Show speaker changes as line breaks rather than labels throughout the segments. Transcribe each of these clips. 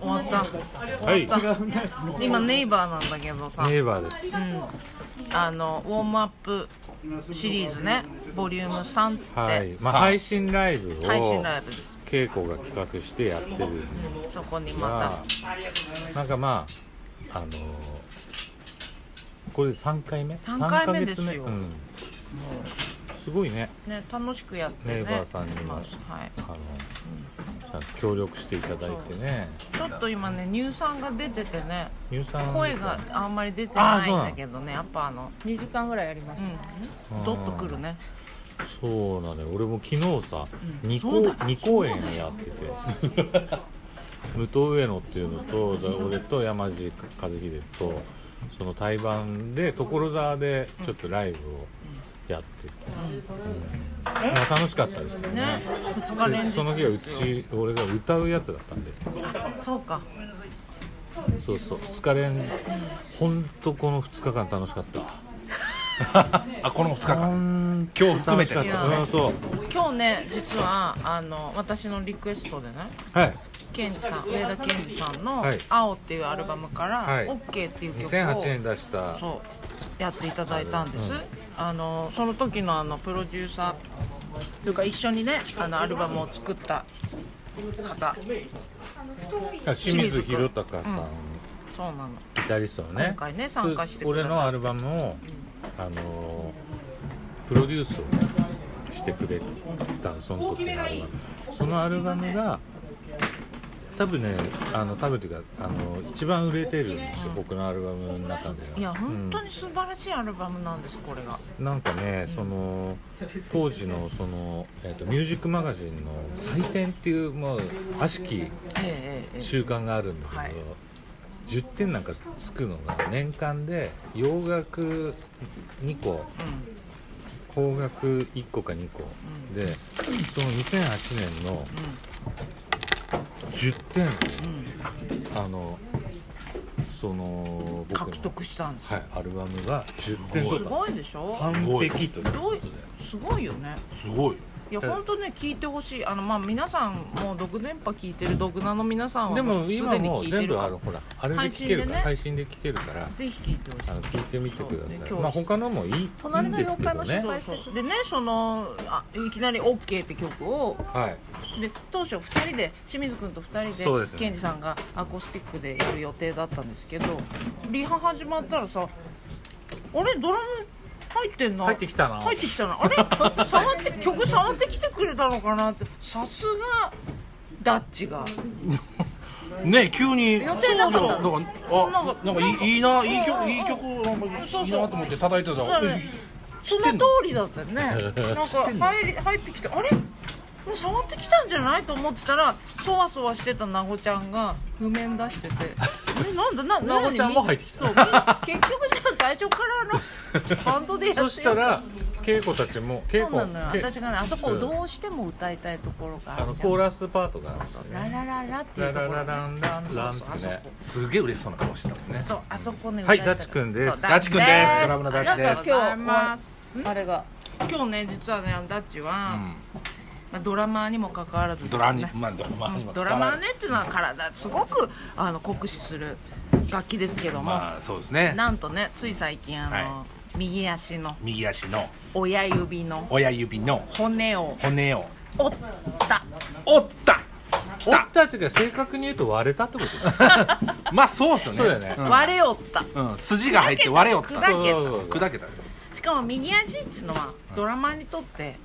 終わった
はい
終わった今ネイバーなんだけどさ、
ネイバーです
うん、あのウォームアップシリーズねボリューム3っつって、
はいまあ
さあ
配信ライブを
配信ライブです
稽古が企画してやってるんです
そこにま
がなんかまああのーこれ3回目
三回目
三ヶ
です
月
よ
目うん、すごいね
た、ね、楽しくやってね
ネイバーさんにも
まあはい、
あのちゃんと協力していただいてね
ちょっと今ね乳酸が出ててね
乳酸
声があんまり出てないんだけどねやっぱあの、
2時間ぐらいやりました、
う、
うんん
ドッとくるね
そうなのよ俺も昨日さ
うん
2
そう
公
だよ
二公演をやってて武藤上野っていうのとだ俺と山地和秀とその対バンで所沢でちょっとライブをやってて、うんまあ、楽しかったですけどね
ね2日連
で
日
その日はう
ですよ
ち俺が歌うやつだったんで
そうか
そうそう2日連本当この2日間楽しかった
あこの2日間
今
今日含めて
楽しかったうんそう
今日ね実はあの私のリクエストでね
はい
ケンジさん上田健二さんの
はい
「青」っていうアルバムから
は
「
い
OK」っていう曲を
2008年出した
そうやっていただいたんです、
うん
あのその時のあのプロデューサーというか一緒にねあのアルバムを作った方
清水宏隆さん、
そうなの
ギタリストのね
今回ね参加してくださって
俺のアルバムを、あのープロデュースをねしてくれたその時のアルバムそのアルバムが多分ねあの多分というかあの一番売れてるんですよ僕のアルバムの中ではい
や本当に素晴らしいアルバムなんですこれが
なんかね、その当時のその、えーと「ミュージックマガジン」の祭典っていう、まあ、悪しき
えええええ
習慣があるんだけど、
はい
10点なんかつくのが年間で洋楽2個
え
邦楽1個か2個、
ん
でその2008年の10点
うんうん
あのその僕
獲
の、
得したんです
はい、アルバムが10点と
す
か
ごいでしょ
完璧という
どういすごいよね
すごい
いや
だ
本当ね聞いてほしいあのまあ皆さんもう毒電波聞いてる毒ナの皆さんは
で
う
も
す
今
でに
も
聞
う
いて
全
る
部
か
あ
ら
のほらあれで聞けるから
配
配信で,、聞けるから
ぜひ聞いてほしい
あの聞いてみて
そ
くだ
う
さ
ね
い、
今日
まあ他のもいいいい
隣
ん
の
ですけど
妖怪
ね
も
そうそうでねそのあいきなり「OK」って曲を
はい
で当初2人で清水君と2
そう
人
で
です
ね
ケンジさんがアコースティックでやる予定だったんですけどリハ始まったらさあれドラム入ってんな
入ってきたな
入ってきたなあれ触 って曲触ってきてくれたのかなってさすがダッチが
ね急に
予定なかったの
そうそうだからあなんかいいいいないい曲いい曲なんか
そうそう
いいなと思って叩いてた
そうだ
ら
ね
知
そ
って
の
ん
通
の
りだった よねなんか入り入ってきてあれもう触ってきたんじゃないと思ってたらそわそわしてたなごちゃんが譜面出 しててえなんだな
なごちゃんも入ってきた
そうみんな結局じゃあ最初から あのバンドでやってよ
そしたら恵子たちも
そ
稽
う
古
なのよ私がねあそこをどうしても歌いたいところがあ
あ
る
の
じゃん
コーラスパートがあるんですよ
ラ
ね
ラララってい
ラ
うとこ
ラ
ろ
ラランランランっ
そうそう
てね
すげえ嬉しそうな顔してたもんね
そうあそこね
はい
歌た
ダチくんです
そう
ダチくんです
ダ
ドラムのダチです
ありがとうございます
あれが
今日ね実はねダッチは、
うん
まあ、ドラマーにもかかわらず
ドラに
ね
まあドラマにも
ドラマーねっていうのは体すごくあの酷使する楽器ですけども、
まあそうですね
なんとねつい最近あの、
は
右足の
右足の
親指の
親指の
骨を
骨を
折った
折った
折ったっていうか正確に言うと割れたってことですね
まあそうっすよね
そうだよね
ん
割れ折った
うん筋が入って割れよっ
砕け
た
た
そうそうそう
砕けた
しかも右足っていうのはドラマーにとって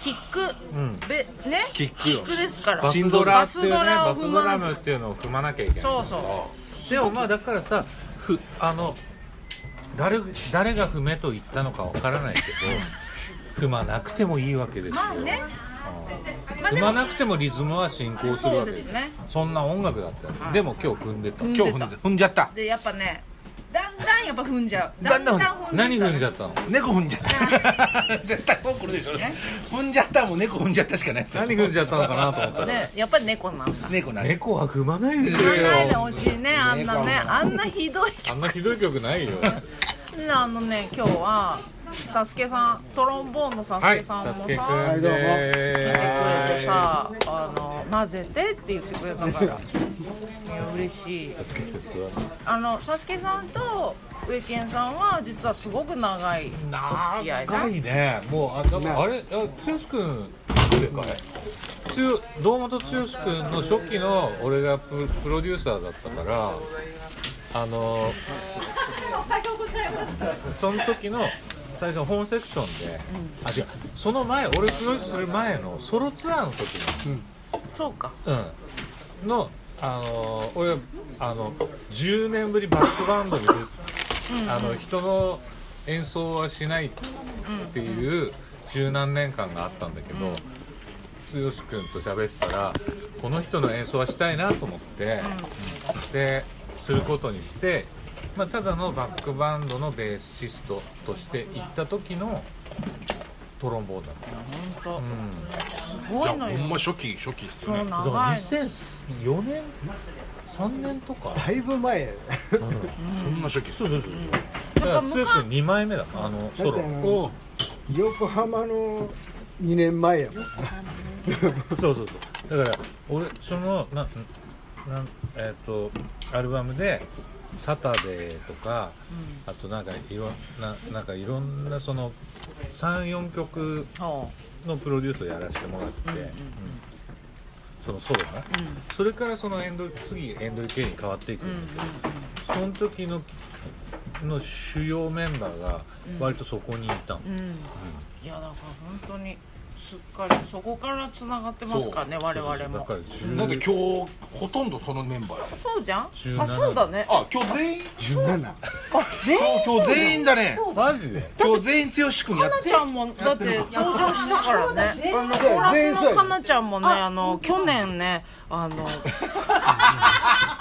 キック、
うん
べね
キックよ
ですから
バス
心
ド
臓
ラ
バ
って
ス
いうね
ドラ
バ
を
ス
踏
ド
ま
ラ
な
ム
い
っていうのを踏まなきゃいけない
そうそ
でもまあだからさふあの誰誰が踏めと言ったのかわからないけ ど踏まなくてもいいわけです
う
よ、
まあねまあ
踏
で
ま
も
なくてもリズムは進行する
そう
わけ
で
です
すね
そんな音楽だったよ、でも今日踏んでた、
うん
今日踏んで踏んじゃった
でやっぱねだんだんやっぱ踏んじゃう
だんだん
踏ん
何
でた
踏んじゃったの
猫踏んじゃった 絶対そう来るでしょ
え
踏んじゃったもう猫踏んじゃったしかないですよ
何踏んじゃったのかなと思ったら、
ねやっぱり猫なんだ
猫 な
猫は踏まないでよ
考えてほしいねあんなね
猫
あんなひどい
あんなひどい曲ないよ
あのね今日はサスケさんトロンボーンのサスケさんもさ、
ん
来てくれて
で
さあの混ぜてって言ってくれたからいや嬉しい
助けて座る
あのサスケさんと植木園さんは実はすごく長いお付き合いだ
長いねもうあだからあれあ剛君正解つよ堂本剛君の初期の俺がププロデューサーだったからあのその時の最初の本セクションで、あ違うその前俺プロデュースする前のソロツアーの時の
そうか
うん、の、あのー俺あの10年ぶりバックバンドで、あの人の演奏はしないっていう十何年間があったんだけど、剛君と喋ってたらこの人の演奏はしたいなと思って、ですることにして、まあ、ただのバックバンドのベーシストとして行った時のトロンボーンだった、
本
うん
当すご
じゃ
い
あ
の
ほ
よ
んま初期初期っす
そ
よ
う
だ
ね
か
長
ら
いの
2004年3年とか
だいぶ前
そんな初期っす
そうそうそうそうだから剛君2枚目だなあのソ
だっ
ロ
てあの横浜の2年前やもん
そうそうそうだから俺そのななんえっ、とアルバムで「サタデー」とか、あとなんかいろんななんかいろんなその34曲
ほ
のプロデュースをやらせてもらって、うんそのソロな、それからそのエンド次エンドリケイに変わっていく
ううん
んだけど、その時のの主要メンバーが割とそこにいたの、
うんうんうんいやだから本当にすっかりそこからつながってますからね我々
だ
も
から
なんか今
10
日ほとんどそのメンバーや
そうじゃんあ
17
そうだね
あ今日全員
17
全員
今日全員だね
マジで
今日全員剛君
か
やっ
な
て
ちゃんもだって登場したからねあのコー
全員
ラ
そう
スの
やで
かなちゃんもねあの去年ねあの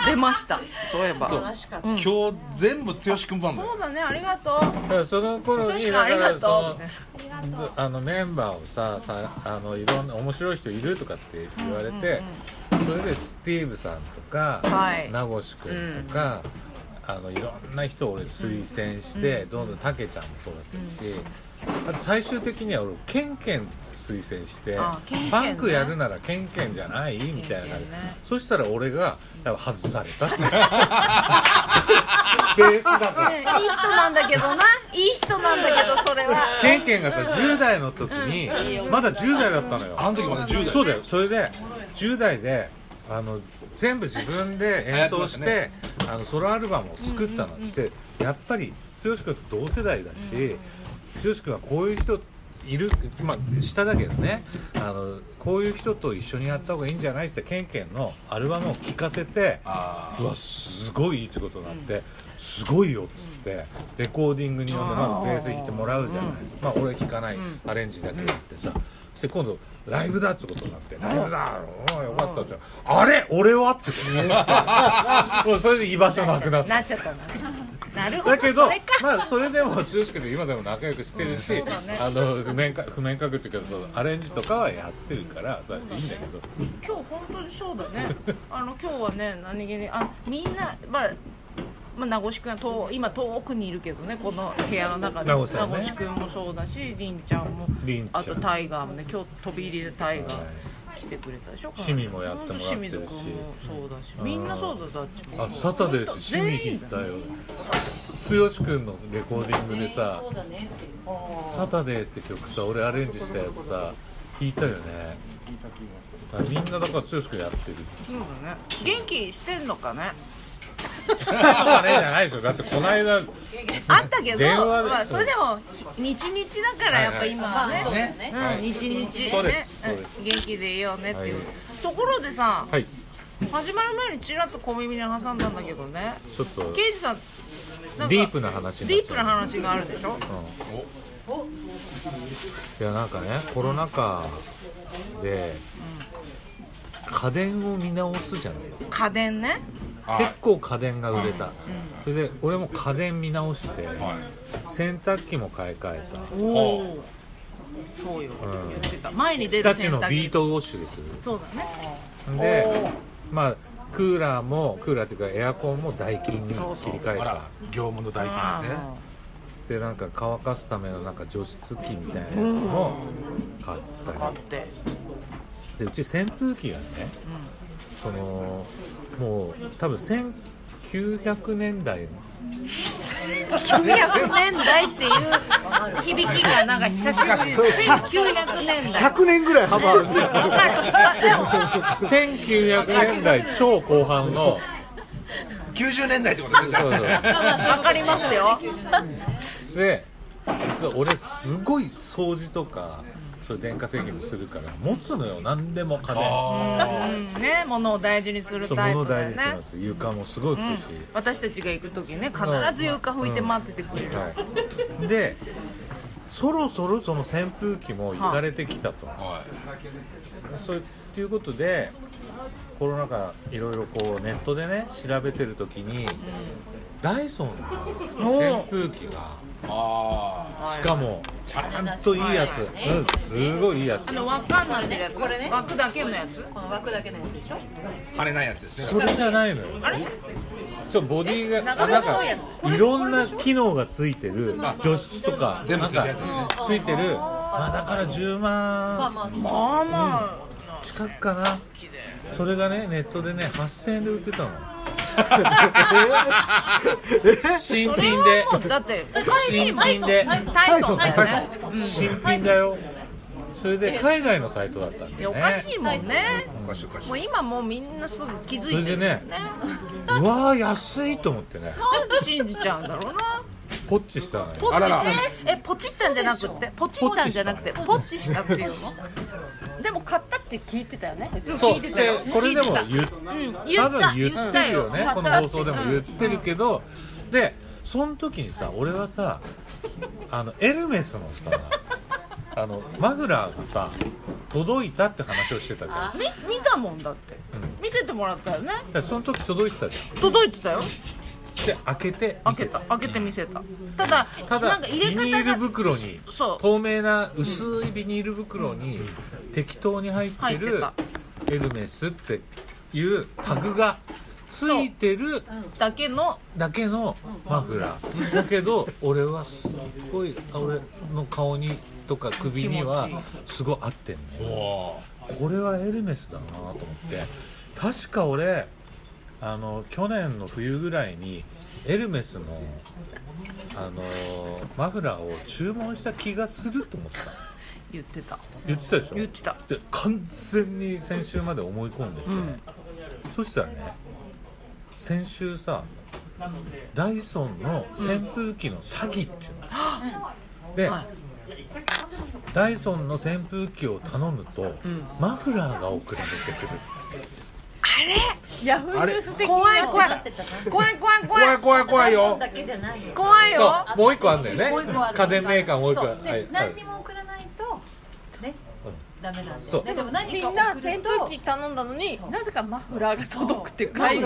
出ましたそういえば
そう今日全部剛君バンド
そうだねありがとう
だからその頃
女
に
子館あ
だか
りが
らそ
と
の
うみたいな
あのメンバーをささあのいろんな面白い人いるとかって言われて、それでスティーブさんとか、
はい
名越くんとか、あのいろんな人を俺推薦して、どんどんたけちゃんもそうだったし、あと最終的には俺ケンケン推薦して
あケンケンね
バンクやるならケンケンじゃないみたい
ケンケ
な感じ
ンね
そしたら俺がやっぱ外された ベースだから
ねいい人なんだけどないい人なんだけどそれ は
ケンケンがさ10代の時にまだ10代だったのよ
あの時まだ10代
そうだよそれで10代であの全部自分で演奏して
流行っ
あのソロアルバムを作ったのって、やっぱり剛君と同世代だし、剛君はこういう人いるまあ下だけどねあのこういう人と一緒にやった方がいいんじゃないってケンケンのアルバムを聴かせて
あ
うわすごいいいってことになって、すごいよっつってレコーディングに呼んでまずベース弾いてもらうじゃない、まあ俺は弾かない、アレンジだけやってさ、そして今度ライブだってことになって、ライブだおーよかったじゃんあれ俺はって こともうそれで居場所なくなった
なっちゃったんだねなるほど
だけど
それか
まあそれでも剛君と今でも仲良くしてるし、
そうだね
あの譜面か譜面書くっていうかそのアレンジとかはやってるから、まあいいんだけど
今日本当にそうだね あの今日はね何気にあみんなまあまあ、名越くんは遠今遠くにいるけどねこの部屋の中で
名越さんね
くんもそうだしりんちゃんも
りんちゃん
あとタイガーもね今日飛び入りでタイガー来てくれたでしょ
シミもやってもらってるし
清水くんもそうだしみんなそうだだっちも
あサタデーってシミ弾いたよ剛君のレコーディングでさ「サタデー」って曲さ俺アレンジしたやつさ弾いたよねあみんなだから剛君やってる
そうだね元気してんのかね
あれじゃないでしょだってこの間
あったけど、
電話で
まあ、それでも日日だからやっぱ今はね、
ね
うん、日日
そう
ね
ですそうです
うん元気でいようねっていう、
はい
ところでさ、
はい
始まる前にちらっと小耳に挟んだんだけどね
ちょっと
刑事さんなんか
ディープな話に
デ
な
ィー
っち
プな
ゃう
話があるでしょ
いやなんかねコロナ禍で家電を見直すじゃない
家電ね
結構家電が売れた、それで俺も家電見直して、洗濯機も買い替えた
おおそうよ、
ん
言ってた前に出
日
る
立
洗
の
濯
ビー
機
トウォッシュです
そうだね
でまあクーラーもクーラーっていうかエアコンもダイキンに切り
そうそう
替えた
あら業務の代金ですね
あ
でなんか乾かすためのなんか除湿機みたいなやつも買っ
あ買
た
って
でうち扇風機がねそのもう多分1900年 代
900年代っていう響きがなんか久しぶり
そう
900年代
100年ぐらい幅ある ね
わかるあ
1900年代超後半の
90年代ってことねじゃあ
そうそう
でも わかりますよ
で実は俺すごい掃除とかそういう電化製品もするから持つのよ何でも金
あ
うんね物を大事にする
そう
タイ
物
プだ
大
よ
事にし
ね
ます床もすごい拭くし、
私たちが行く時ね必ず床拭いて待っててくれる
はい、でそろそろその扇風機も行かれてきたと、
ーはい
そうっていうことでコロナ禍いろいろこうネットでね調べてる時に、ダイソンの扇風機が
あ
はい
しかもちゃんといいやつ、うん、すごいいいや
あ
つ
の輪っかになってるやつ
これね
枠だけのやつ
この枠だけのやつでしょ
ー跳ねないやつです
そ
ね
れじゃないのよちょボディが
長
なん
めの
か
やつ
いろんな機能がついてる除湿とか
全部ついてるやつですね
なんかついてるまあだから10
まあ
万
まあそう
まあまあ
近くかな
綺麗
それがねネットでね8000円で売ってたの新
それ
品で
はもうだ って
新品で
ダイソン
大層
ダ
だ
イ
よ
ソン
ね
新品だよそれで海外のサイトだったん
いや
だよ
お
ね
かしいもんね
おかしいおかしい
もう今もうみんなすぐ気づいてる
それでねうわー安いと思ってね
なんで信じちゃうんだろう な
ポッチしたのよ
ポ
あ
ッチ
らら
してえポチったんじゃなくてポチったんじゃなくてポッチしたっていうの
でも買ったって聞いてたよね
そ
聞
う
いてたよ
でこれでも言っ
うん言
多
った
分言ってるよね
言った
この放送でも言ってるけど、でその時にさ俺はさあのエルメスのさあのマフラーがさ届いたって話をしてたじゃん
見見たもんだって
うん
見せてもらったよね
だからその時届いてたじ
届いてたよ
ゃんで開けて
開けた開けて見せたただ
た
なん
だ
か
ビ
入
ニ
れ方
ール
が
袋に
そう
透明な薄いビニール袋に適当に入ってる
入っ
エルメスっていうタグがついてる
だけの
だけのマフラーだけど俺はすっごい俺の顔にとか首には
気持
すごい合ってんのよ
お
これはエルメスだなと思って確か俺あの去年の冬ぐらいにエルメスのあのマフラーを注文した気がすると思ってた
言ってた
言ってたでしょ
言ってた
で完全に先週まで思い込んでて、
うん
そしたらね先週さダイソンの扇風機の詐欺っていうの、で、
はい
ダイソンの扇風機を頼むと、
ん
マフラーが送られてくる
ヤフーニュース的
怖い怖い
なってたな
怖い怖い怖
怖
い
い怖い怖
ダ
い
イソ
よ
ンだけじゃないよ
怖いよ
そうもう一個あんだよね
もう一個ある
家電メーカーもう一個
そうで
はい
何にも送らないとね
うん
ダメなんだ
そ
よ
う
ねでも何
み
か
んな
送
扇
ると
風機頼んだのになぜかマフラーが届くっていう
そう
会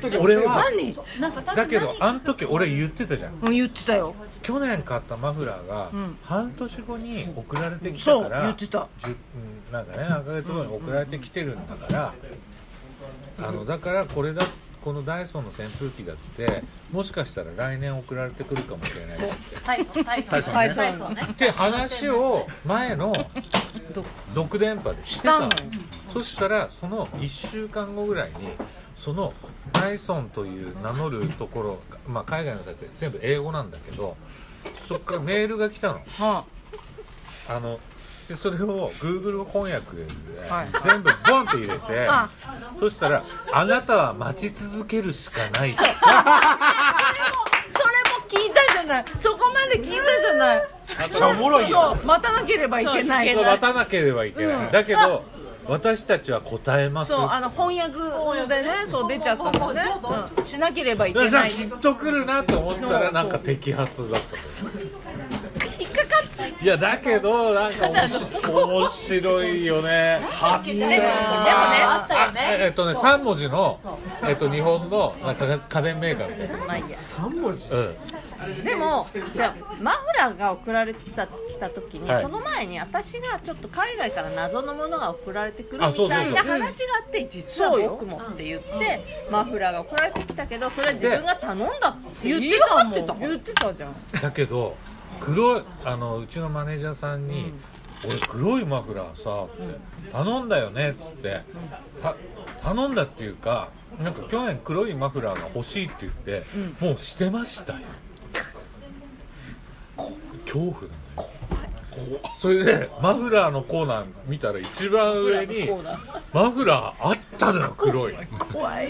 見
で俺は
そうなんか多分
だけど
何か
あの時俺言ってたじゃん
うん言ってたよ
去年買ったマフラーが
うん
半年後に送られてきた
そう
から、
言ってた
じゅうんなんかね何ヶ月後に送られてきてるんだから、あのだからこれだこのダイソンの扇風機だってもしかしたら来年送られてくるかもしれないっ
タイソンタイソン
タ
タ
イ
イ
ソ
ソ
ン
ン
ね
ね
て話を前の独電波でしてたの
したの
そしたらその1週間後ぐらいにそのダイソンという名乗るところ、まあ、海外のサイトで全部英語なんだけどそっからメールが来たの
は
あのでそれを Google 翻訳で
はい
全部ボンって入れて、
あ
そしたら「あなたは待ち続けるしかない」
それも聞いたじゃないそこまで聞いたじゃない
めっちゃおもろいや
そ
ん
う待たなければいけない
待たなければいけない、だけど私たちは答えます
そうあの翻訳でねそう出ちゃったのね、うんしなければいけ
だか
な
ら
い
きっと来るなと思ったらなんか摘発だった引っかかっていやだけどなんか面白い面白いよね発
でもねあったよ
え
ね
っとね3文字の、えっと、日本のなんか家電メーカーみたいな、
まあいいや
3文字
うん、
でもじゃあマフラーが送られてきた来た時に、
はい
その前に私がちょっと海外から謎のものが送られてくる
あそう
み
そう
た
そう
いな話があって実は
そうよ
僕もって言ってマフラーが送られてきたけどそれは自分が頼んだって
言
言
っ
ってて
た
た
も
も
ん
ん
言ってたじゃん
だけど黒いあのうちのマネージャーさんに、俺黒いマフラーさって頼んだよねっつってた頼んだっていうかなんか去年黒いマフラーが欲しいって言って、もうしてましたよ恐怖だねそれでマフラーのコーナー見たら一番上にマフラーあったのよ黒い
怖い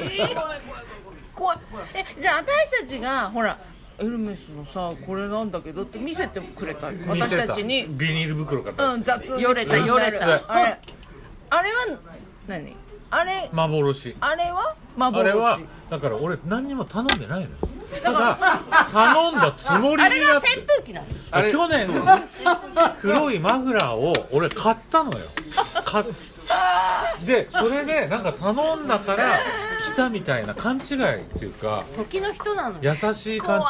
怖いえじゃあ私たちがほらエルメスのさこれなんだけどって見せてくれたり
見せ
私たちに
ビニール袋から
う
出
ん
して
雑に
よれたよれ
た
あれあれは何あれ
幻
あれは
あ
幻
れはだから俺何にも頼んでないのよただ頼んだつもり
あ
に
れ
な
が
って
扇風機なの
あれ
去年
そう
黒いマフラーを俺買ったのよ買っでそれでなんか頼んだから来たみたいな勘違いっていうか
時の人なのよ
優しい勘違い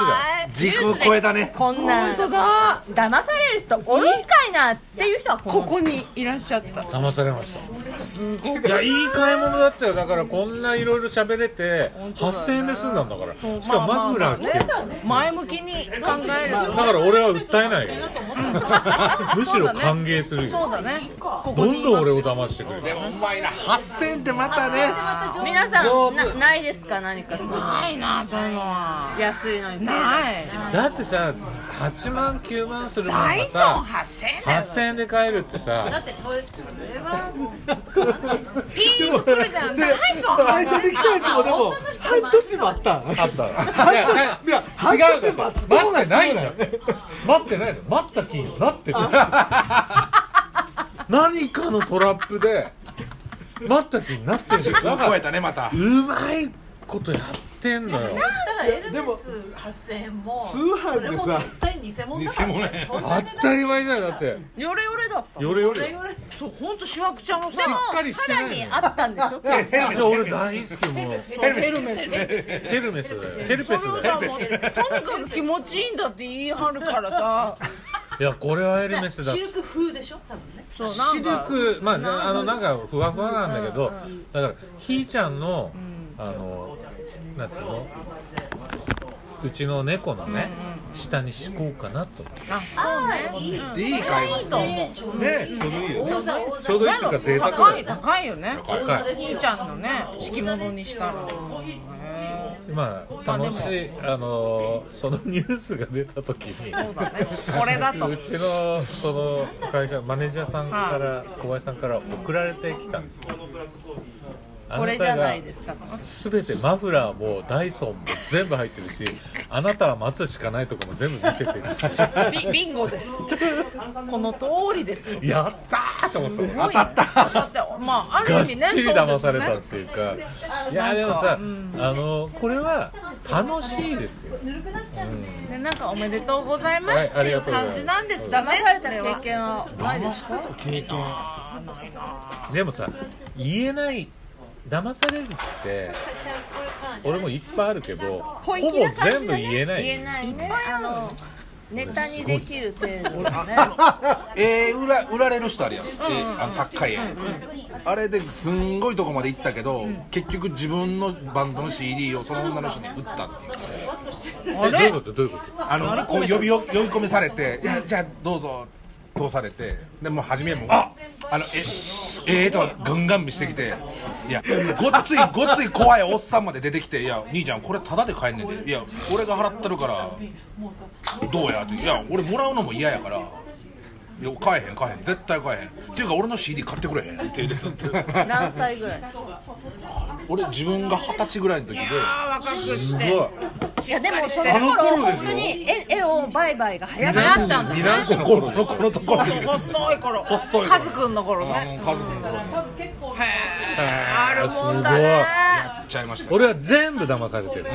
時空超えたね
こんな
本当だ
騙される人おるんかいなっていう人はこ
こ
の
こにいらっしゃった
騙されましたいやいい買い物だったよだからこんないろいろ喋れて
当だね
8000円で済んだんだからし
そう
かもマフラー着て
まあ
る
まあまあ前向きに考える
だから俺は訴えないよ むしろ歓迎する
そ
よ
うだねここ
ど
に
ん
い
どん
ます
俺を騙してくれる
お前ら8000ってまたね
皆さ
上
ん
手
なないですか何かその
ないなそういうのは
安いのに
ない
だってさ8万9万するもの
ダ
が
イソン
さ
8000円だよ
8000円で買えるってさ
ってそれそれは
ピーンとくるじゃんダイソン8000
最初に来たやつもでも半年待った
あったのいや
いや
違
半
う
年
だって
待つ
待ってないんだよ待ってないの待った気になって る何かのトラップで待った気になってるんだよだ
時
か
空超え
ら
たねまた
うまいことやってんのよ
ただエルメス8000円も
通販でさ
それも絶対偽物だから
偽物ね
そんな
当
値段
たり前じゃんだって
ヨレヨレだった
よれよれ
それ
よ
ぐらい
そう本当シワクちゃんのさ
でも
っかりしてない
肌
のよ
にあったんでしょ
ヘルメ
い
ス
や俺大好きもう
ヘルメスね
ヘルメスだよヘルペス
それを
だ
さも
よ
うとにかく気持ちいいんだって言い張るからさ
いやこれはヘルメスだ
シルク風でしょ多分ね
そうな
シ
ん
ル
か
クまあじゃああのなんかふわふわなんだけどだからひーちゃんのあのなんつうのうちの猫のね下に敷こうかなと思って
ああいい
いい買い物
と思う
ねちょうどいいよね
大座大座
ちょうどいいっていうか贅沢
高
だ
い
よ
高いよね
高い
ひーちゃんのね敷物にしたらへ
まあ楽しいあのそのニュースが出た時に
ーそうだねこれだと
うちのその会社マネージャーさんから小林さんから送られてきたんですよ
これじゃないですか
すべてマフラーもダイソンも全部入ってるしあなたは待つしかないとこも全部見せてるし
ビビンゴですこの通りですよ
やったーと思った
当たった当たったまあある
が
意
っち
味
り
ね
騙され
そう
たっ
ですね
ていうかいやでもさ、あのこれは楽しいですよ、うん
でなんかおめでとうございますって
はいあり
い
が
う
とうござい
感
ます
じなんですか
騙
ね
された経験はないですか
でもさ言えない騙されるって俺もいっぱいあるけどほぼ
小粋な感じ
全
だね
部言えない
言えないねあのネタにできる程度のね
えー売ら売られる人あるやん、えーあの高いやん、あれですんごいとこまで行ったけど、結局自分のバンドの CD をその女の人に売ったっていう
えどういうことどういうこと
あのこう呼びよ呼び込みされて「いやじゃあどうぞ」通されてでもう初めもうあのええー、とかガンガン見してきていやごっついごっつい怖いおっさんまで出てきて「いや兄ちゃんこれタダで買えんねんで」「いや俺が払ってるからどうや?」って「いや俺もらうのも嫌やから」いや買えへん買えへん絶対買えへんっていうか俺の CD 買ってくれへんって言ってずっと
何歳ぐらい
俺自分が二十歳ぐらいの時で
あー若く
す
して
ごい
いやでもその
あの
頃
頃でしょ
本当に絵絵を売買が早
二
かった
男子
んだ
二男子の
こ
頃
のこのところ
そう細い頃
細い頃
カズくんの頃
あ
ね
の家族の頃にや
へえあるもんだね
っちゃいまし たよ
俺は全部騙されてる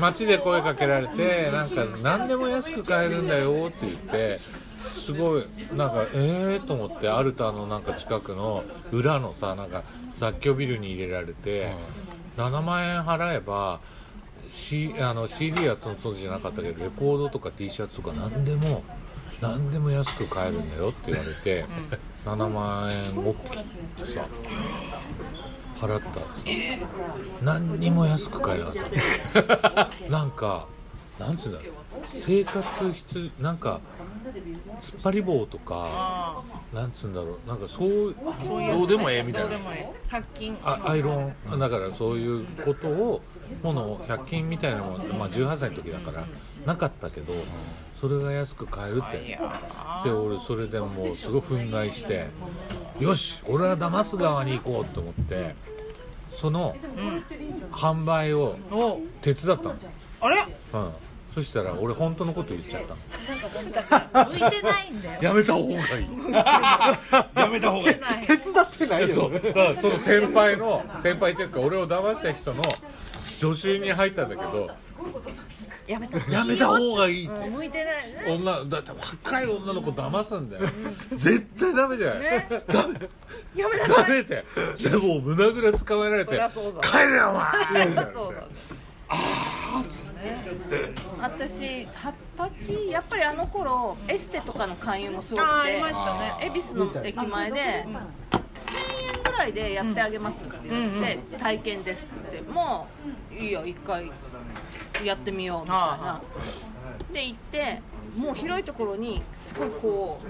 街で声かけられてなんか何でも安く買えるんだよって言ってすごいなんかええと思ってアルタのなんか近くの裏のさなんか雑居ビルに入れられて、7万円払えば、C、あの CD はその当時じゃなかったけどレコードとか T シャツとか何でも何でも安く買えるんだよって言われて、7万円持ってきてさ払ったんですよ何にも安く買えなかったなんかなんつうんだろう生活必需なんか突っ張り棒とか
あ
なんつうんだろうなんかそう
ーそういう
どうでもええみたいな
どうでもええ100均
あアイロンだからそういうことをもの100均みたいなものって、まあ、18歳の時だからなかったけどそれが安く買えるって
いやー
で俺それでもうすごい憤慨してよし俺は騙す側に行こうと思ってその販売を
お
手伝ったの、
あれ
うん、そしたら俺本当のこと言っちゃったの
向いてないんだよ
やめた方がいい
やめた方がいい
手伝ってない
そう
よ
だからその先輩の先輩っていうか俺を騙した人の助手に入ったんだけど
やめた
やめた方がいいって
うん向いてない
女だって若い女の子騙すんだよ絶対ダメじゃない、ダメ
やめな
ダ
さい
メってでもう胸ぐらつかまえられて
そりゃそうだ
帰れよお前
そうだね。私二十歳やっぱりあの頃エステとかの勧誘もすご
あー
く
ありましてたね
恵比寿の駅前で1000円ぐらいでやってあげますって言って、体験ですって言ってもういいよ一回やってみようみたい
あ
なで行ってもう広いところにすごいこ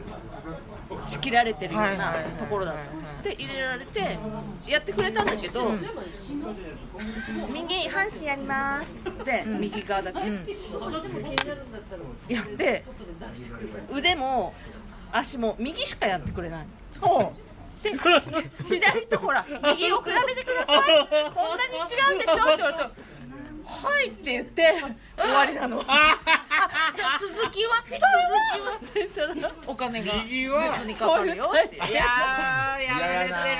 う仕切られてるよう
はいはい
な
はいはい
ところだったで入れられてやってくれたんだけど、右半身やりますっつって、右側だけ、やって腕も足も右しかやってくれない
そう
で左とほら右を比べてくださいこんなに違うでしょって言われたら「はい」って言って終わりなのあじゃあ続き は続きはって言ったら
お金が
右は
別にかかるよっていや
そうい
ー
う
やられてるね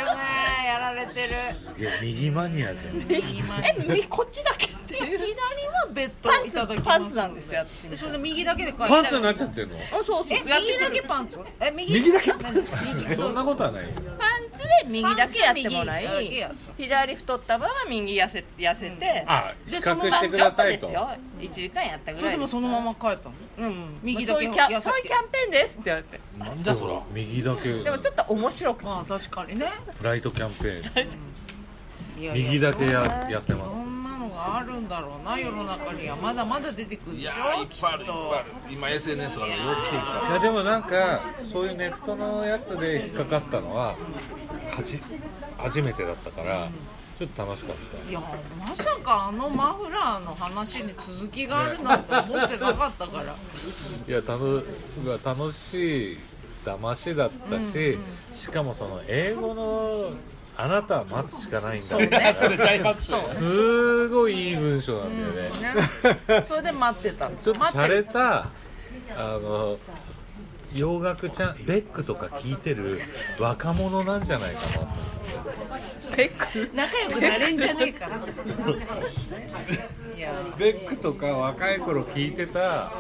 やられてる
いや 右マニアじゃん
右前
えみこっちだけっていう
左は別
パ
途
ン
いただ
ツ
きます
パンツなんですよ私
それで右だけで買
パンツになっちゃってるの
あそうそう
え
やって
右
くれ
だ
る
けパンツえ右
右だけ
何です右
そんなことはないよ
パンツで右だけやってもら
パンツで右だけ
い
やっ
左太った分は右痩せ痩せて、
あ比
で
較
その
し
間
てく
ちょ
だ
っと
さ
で
い
す
と
よ1時間やったぐ
それで
らい
も
です
そのまま帰ったの
うん
右だけ
まあそうい
痩
うキャ
せて
そういうキャンペーンですって言われて
なんだそら
右だけ
でもちょっと面白く
まあ確かにね
ライトキャンペ ーン
いやいや
右だけや痩せま
そ
す
んなのがあるんだろうな世の中にはまだまだ出てくるで
い
し
や
ょ
いっぱいある
きっ
いっぱい
と
ある今 SNS だからよく来てる
いやでもなんかそういうネットのやつで引っかかったのははじ初めてだったからちょっと楽しかった
いやまさかあのマフラーの話に続きがあるなんて思ってなかったから
いや楽楽しい騙しだったし、しかもその英語の「あなたは待つしかないんだ」みたいな
それ大爆笑
すごいいい文章なんだよね、
ね それで待ってた
ちょっと
待
洒
って
落たあの洋楽ちゃんベックとか聴いてる若者なんじゃないかな
仲良くなれんじゃねえかないや
ベックとか若い頃聴いてた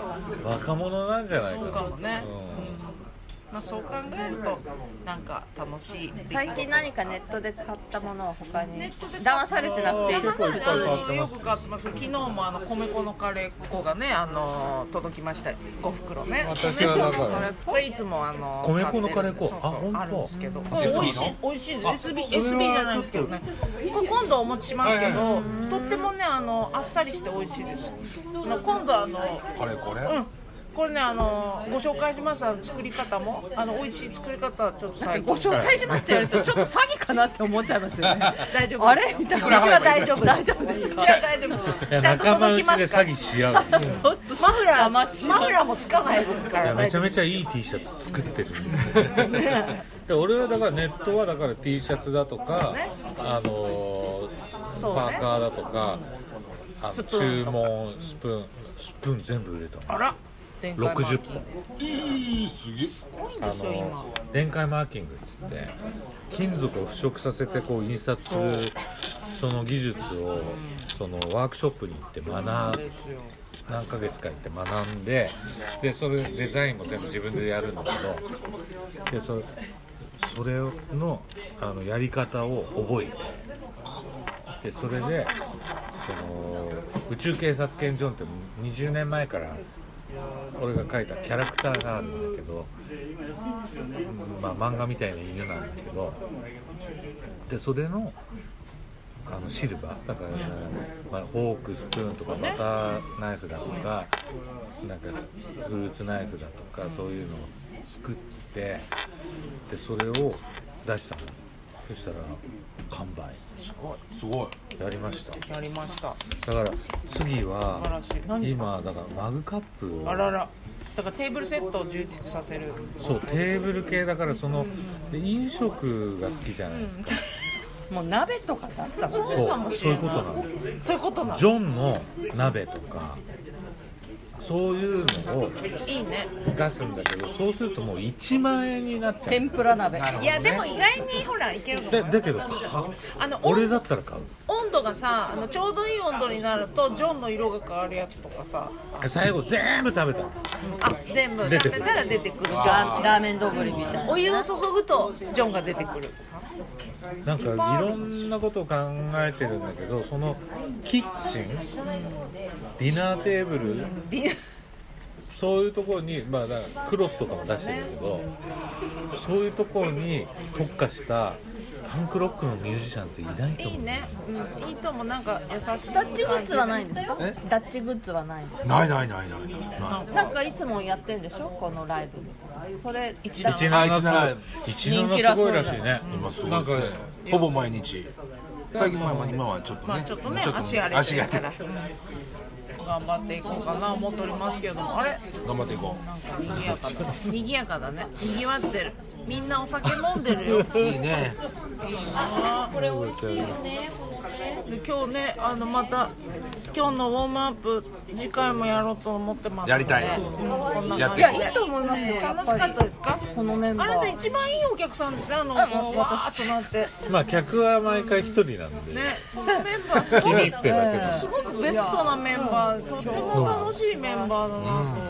若者なんじゃないかな
そうかもね
うん
まあそう考えるとなんか楽しい
最近何かネットで買ったものを他に
ネットで
騙されてなくていいです
騙されて
結構いっぱい買
あ
ってます
のよく買ってます昨日もあの米粉のカレー粉がねあの届きました5袋ね
私はだか
米
ら
粉のカレー粉いつもあの
米粉のカレー粉
買ってるそうそ
あ
う
本当
あるんですけど
SB
美
の
味しい美味しいです SB
それは
SB じゃないんですけどねこれ今度お持ちしますけ
はい
どとってもねあのあっさりして美味しいですあの今度あの
これこれ
うんこれねあのご紹介しますあの作り方もあの美味しい作り方ちょっと最後
ご紹介しますって言われるとちょっと詐欺かなって思っちゃいますよね
大丈夫
あれみたいな
うちは大丈夫
大丈夫です
う
か
ちは大丈夫
いや
ですちゃんと
仲間
届
内
きま
です詐
から
欺し合う
そうそう
マフラーマ
騙し
フラーもつかないですか
いや
ら
め
ね
ちゃめちゃいい T シャツ作 ってるんですよで俺はだからネットはだから T シャツだとか、あのー
そうね
パーカーだとかあの
スプーン
注
とか
文スプーンスプーン全部売れた
あら展開マーキング
60本
多いんで
あの
すよ今
ー電解マーキングっつって金属を腐食させてこう印刷するその技術をそのワークショップに行って学
で
ぶ
すよ
何ヶ月か行って学んででそれデザインも全部自分でやるんだけどでそれそれのあのやり方を覚えてでそれでその宇宙警察犬ジョンって20年前から俺が描いたキャラクターがあるんだけど、まあ、漫画みたいな犬なんだけどでそれのあののシルバーだから、まあ、フォークスプーンとかバターナイフだとかなんかフルーツナイフだとかそういうのを作ってでそれを出したのそしたら完売
すごい
やりました
やりました
だから次
素晴ら
は
しい何し
今だからマグカップを
あららだからテーブルセットを充実させる
そうテーブル系だからその、で飲食が好きじゃないですか、
もう鍋とか出したもんね
そうそういうことなんだよ
そういうことな
ジョンの鍋とかそういうのを
のいいね
出すんだけどそうするともう1万円になっちゃう
天ぷら鍋
なるほどね
いやでも意外にほらいけるかも
だ
よ
だけどか
あの
俺だったら買う
温度がさあのちょうどいい温度になるとジョンの色が変わるやつとかさ
最後全部食べたの
あ全部
出て
食
くる
べたら出てくるジョン
ラーメン丼みたいな
お湯を注ぐとジョンが出てくる
なんかいろんなことを考えてるんだけどそのキッチンディナーテーブル
で
そういうところに、まあ、だからクロスとかも出してるけどそういうところに特化したパンクロックのミュージシャンっていないと
い
思
いうね、うん、いいともなんか優しい
ダッチグッズはないんですか
え
ダッチグッズはないんです
ないないないないない
なんかいつもやってんでしょこのライブみたいなそれ一番
17すごいらしいね
今す
な
ごい
んか
ですねほぼ毎日最近まあまあ今はちょっとね,、
まあちょっとね足荒れてるから
足
うん頑張っていこうかな思っておりますけどもあれ
が頑張っていこ
なんか賑やかだ賑やかだね賑わってるみんなお酒飲んでるよ
ういいね
で今日ねあのまた今日のウォームアップ次回もやろうと思ってますので
やりたい
うんこんな
やっ
感じで
ていこう
いやいいと思いますよ
楽しかったですか
このメン
あ
バ
なた
ー
一番いいお客さんですねあのわーっとなって
まあ客は毎回一人なんで、
ねこのメンバーすご
君
く
一平だけど
すごくベストなメンバーでとっても楽しいメンバーだなと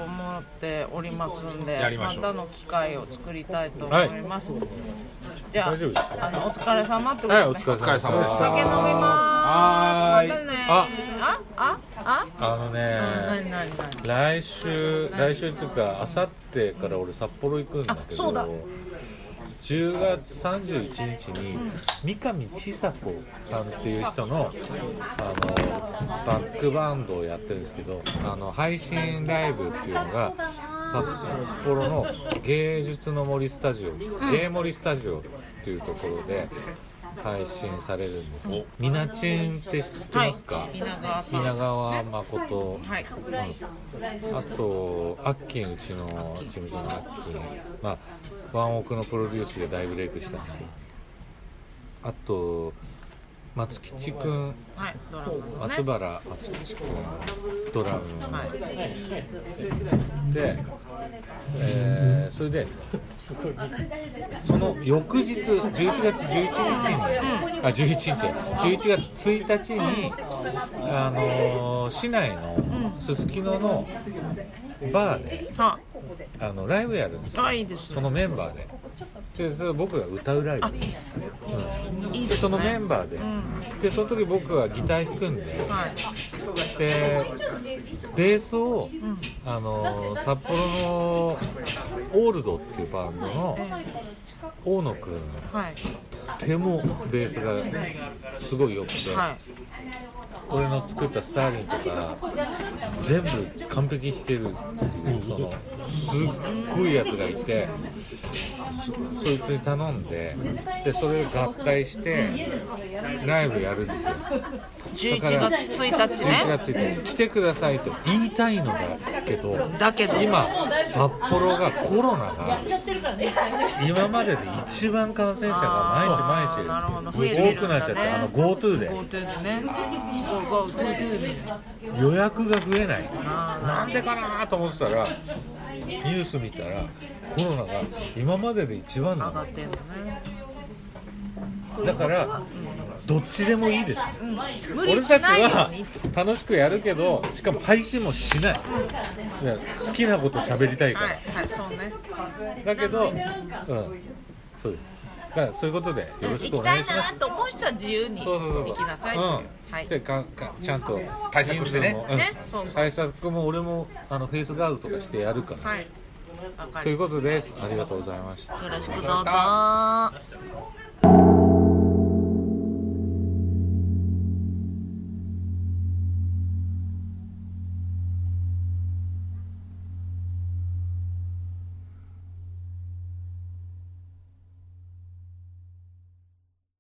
思っておりますんで
やりましょう
たの機会を作りたいと思います、じゃ
大丈夫です
ああのお疲れ様ってことで、
はいお疲れ
お疲れ様
様
で
で
し
お
した
た
酒飲みま
は
ーす
ーい
またね
あ
あああ
あの
な
ね
になになに
来週来週っていうかあさってから俺札幌行くんだけ
あそうだ
ど10月31日に三上千佐子さんっていう人のあのバックバンドをやってるんですけどあの配信ライブっていうのが札幌の芸術の森スタジオ、芸森スタジオっていうところで配信されるんですよみなちんって知ってますか、
はい皆川さん
皆川誠、
はい
うんあとアッキンうちの事務所のアッキン、まあ、ワンオクのプロデュースで大ブレイクしたのあと松吉くん
はいドラマのね
松原松吉くんドラムの、
はい
で、えーそれでその翌日11月11日に、あ11日11月1日に、あのー市内のすすきののバーで
あ
あのライブやるんですよ
あいいですね
そのメンバーででそれ僕が歌うライブ、うん
いいで
で
ね
すそのメンバーで、でその時僕はギター弾くんで、
はい
でベースを、あの札幌のオールドっていうバンドの
えー
大野くん
はい
とてもベースがすごい良くて、
はい
俺の作ったスターリンとか全部完璧弾けるっていうそのすっごいやつがいてそそいつに頼んででそれを合体してライブやるんですよ
11
だから
月1日
11
ね
月1日来てくださいと言いたいのだけど
だけど
今札幌がコロナが今までで一番感染者
あーな
が
るほど増
毎
えてるん
日毎日多くな
だ
っちゃ
ね
ってあの GoTo で
GoTo でね GoTo で
予約が増えない
あー
なんでかなと思ってたらニュース見たらコロナが今までで一番な
上が
の
ってんのね
だからどっちでもいいです
無
俺
理
た
し
ち
ないよ
は
うにって
楽しくやるけどしかも配信もしないいや好きなこと喋りたいか
はい
ら
はいそうね
だけど、うん、そうです。だからそういうことでよろし
行
く
き
お
た
願い
い
します
な。と思う人は自由に
そうそうそう。。
行きなさいといううんはい
でかかちゃんと
対策して
人数
ね
もうん
ねそうそう
対策も俺もあのフェイスガードとかしてやるから。
はいわか
とい
り
うことです。ありがとうございました。
よろしくどうぞ